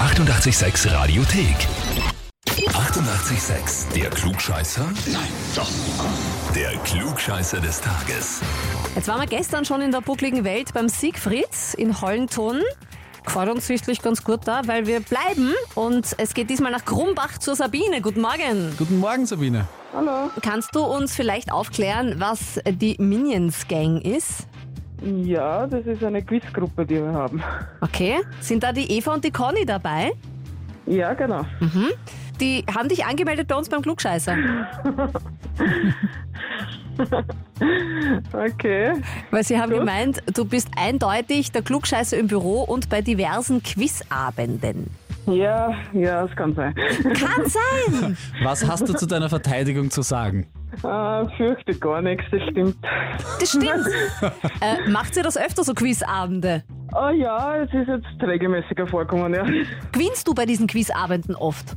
886 Radiothek. 88,6. Der Klugscheißer? Nein, doch. Der Klugscheißer des Tages. Jetzt waren wir gestern schon in der buckligen Welt beim Siegfried in Hollenton. Gefällt uns sichtlich ganz gut da, weil wir bleiben und es geht diesmal nach Grumbach zur Sabine. Guten Morgen. Guten Morgen, Sabine. Hallo. Kannst du uns vielleicht aufklären, was die Minions Gang ist? Ja, das ist eine Quizgruppe, die wir haben. Okay. Sind da die Eva und die Conny dabei? Ja, genau. Die haben dich angemeldet bei uns beim Klugscheißer. Okay. Weil sie haben gemeint, du bist eindeutig der Klugscheißer im Büro und bei diversen Quizabenden. Ja, ja, es kann sein. Kann sein! Was hast du zu deiner Verteidigung zu sagen? Äh, fürchte gar nichts, das stimmt. Das stimmt. äh, macht ihr das öfter so Quizabende? Oh ja, es ist jetzt regelmäßiger vorkommen, ja. Gewinnst du bei diesen Quizabenden oft?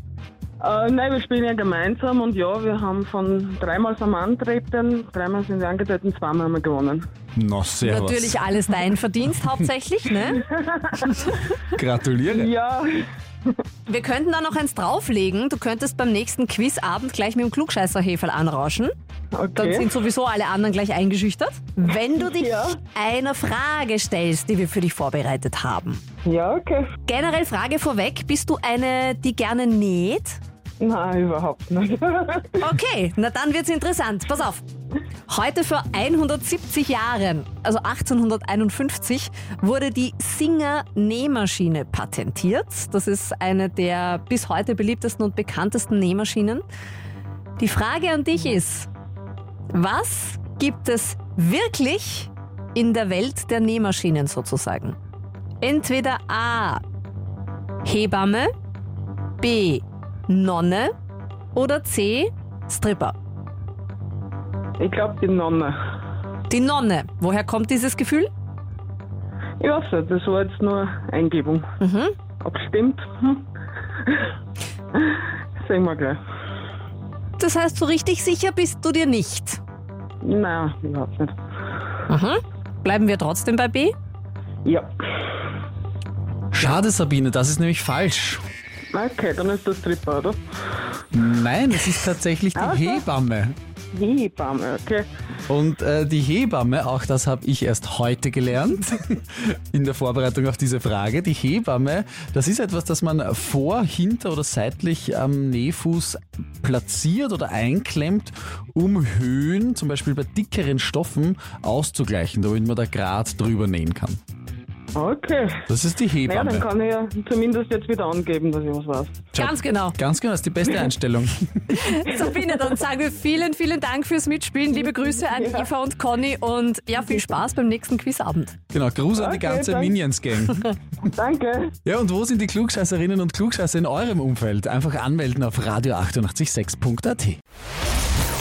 Äh, nein, wir spielen ja gemeinsam und ja, wir haben von dreimal am Antreten, dreimal sind wir angetreten, zweimal haben wir gewonnen. Na, servus. Natürlich alles dein Verdienst hauptsächlich, ne? Gratuliere. Ja, Wir könnten da noch eins drauflegen. Du könntest beim nächsten Quizabend gleich mit dem Klugscheißer-Hefel anrauschen. Dann okay. sind sowieso alle anderen gleich eingeschüchtert. Wenn du dich Ja. einer Frage stellst, die wir für dich vorbereitet haben. Ja, okay. Generell Frage vorweg, bist du eine, die gerne näht? Nein, überhaupt nicht. Okay, na dann wird's interessant. Pass auf. Heute vor 170 Jahren, also 1851, wurde die Singer-Nähmaschine patentiert. Das ist eine der bis heute beliebtesten und bekanntesten Nähmaschinen. Die Frage an dich ist, was gibt es wirklich in der Welt der Nähmaschinen sozusagen? Entweder A. Hebamme, B. Nonne oder C. Stripper. Ich glaube, die Nonne. Die Nonne. Woher kommt dieses Gefühl? Ich weiß nicht, das war jetzt nur Eingebung. Mhm. Ob stimmt? Hm. Sehen wir gleich. Das heißt, so richtig sicher bist du dir nicht. Nein, überhaupt nicht. Mhm. Bleiben wir trotzdem bei B? Ja. Schade, Sabine, das ist nämlich falsch. Okay, dann ist das Tripper, oder? Nein, es ist tatsächlich die Ach so. Hebamme. Hebamme, okay. Und äh, die Hebamme, auch das habe ich erst heute gelernt, in der Vorbereitung auf diese Frage. Die Hebamme, das ist etwas, das man vor, hinter oder seitlich am Nähfuß platziert oder einklemmt, um Höhen, zum Beispiel bei dickeren Stoffen, auszugleichen, damit man da grad drüber nähen kann. Okay. Das ist die Naja, Hebamme. dann kann ich ja zumindest jetzt wieder angeben, dass ich was weiß. Ganz genau. Ganz genau, das ist die beste Einstellung. Sabine, dann sagen wir vielen, vielen Dank fürs Mitspielen. Liebe Grüße an Ja. Eva und Conny und ja, viel Spaß beim nächsten Quizabend. Genau, Gruß an die Okay, ganze danke. Minions-Gang. Danke. Ja, und wo sind die Klugscheißerinnen und Klugscheißer in eurem Umfeld? Einfach anmelden auf radio886.at.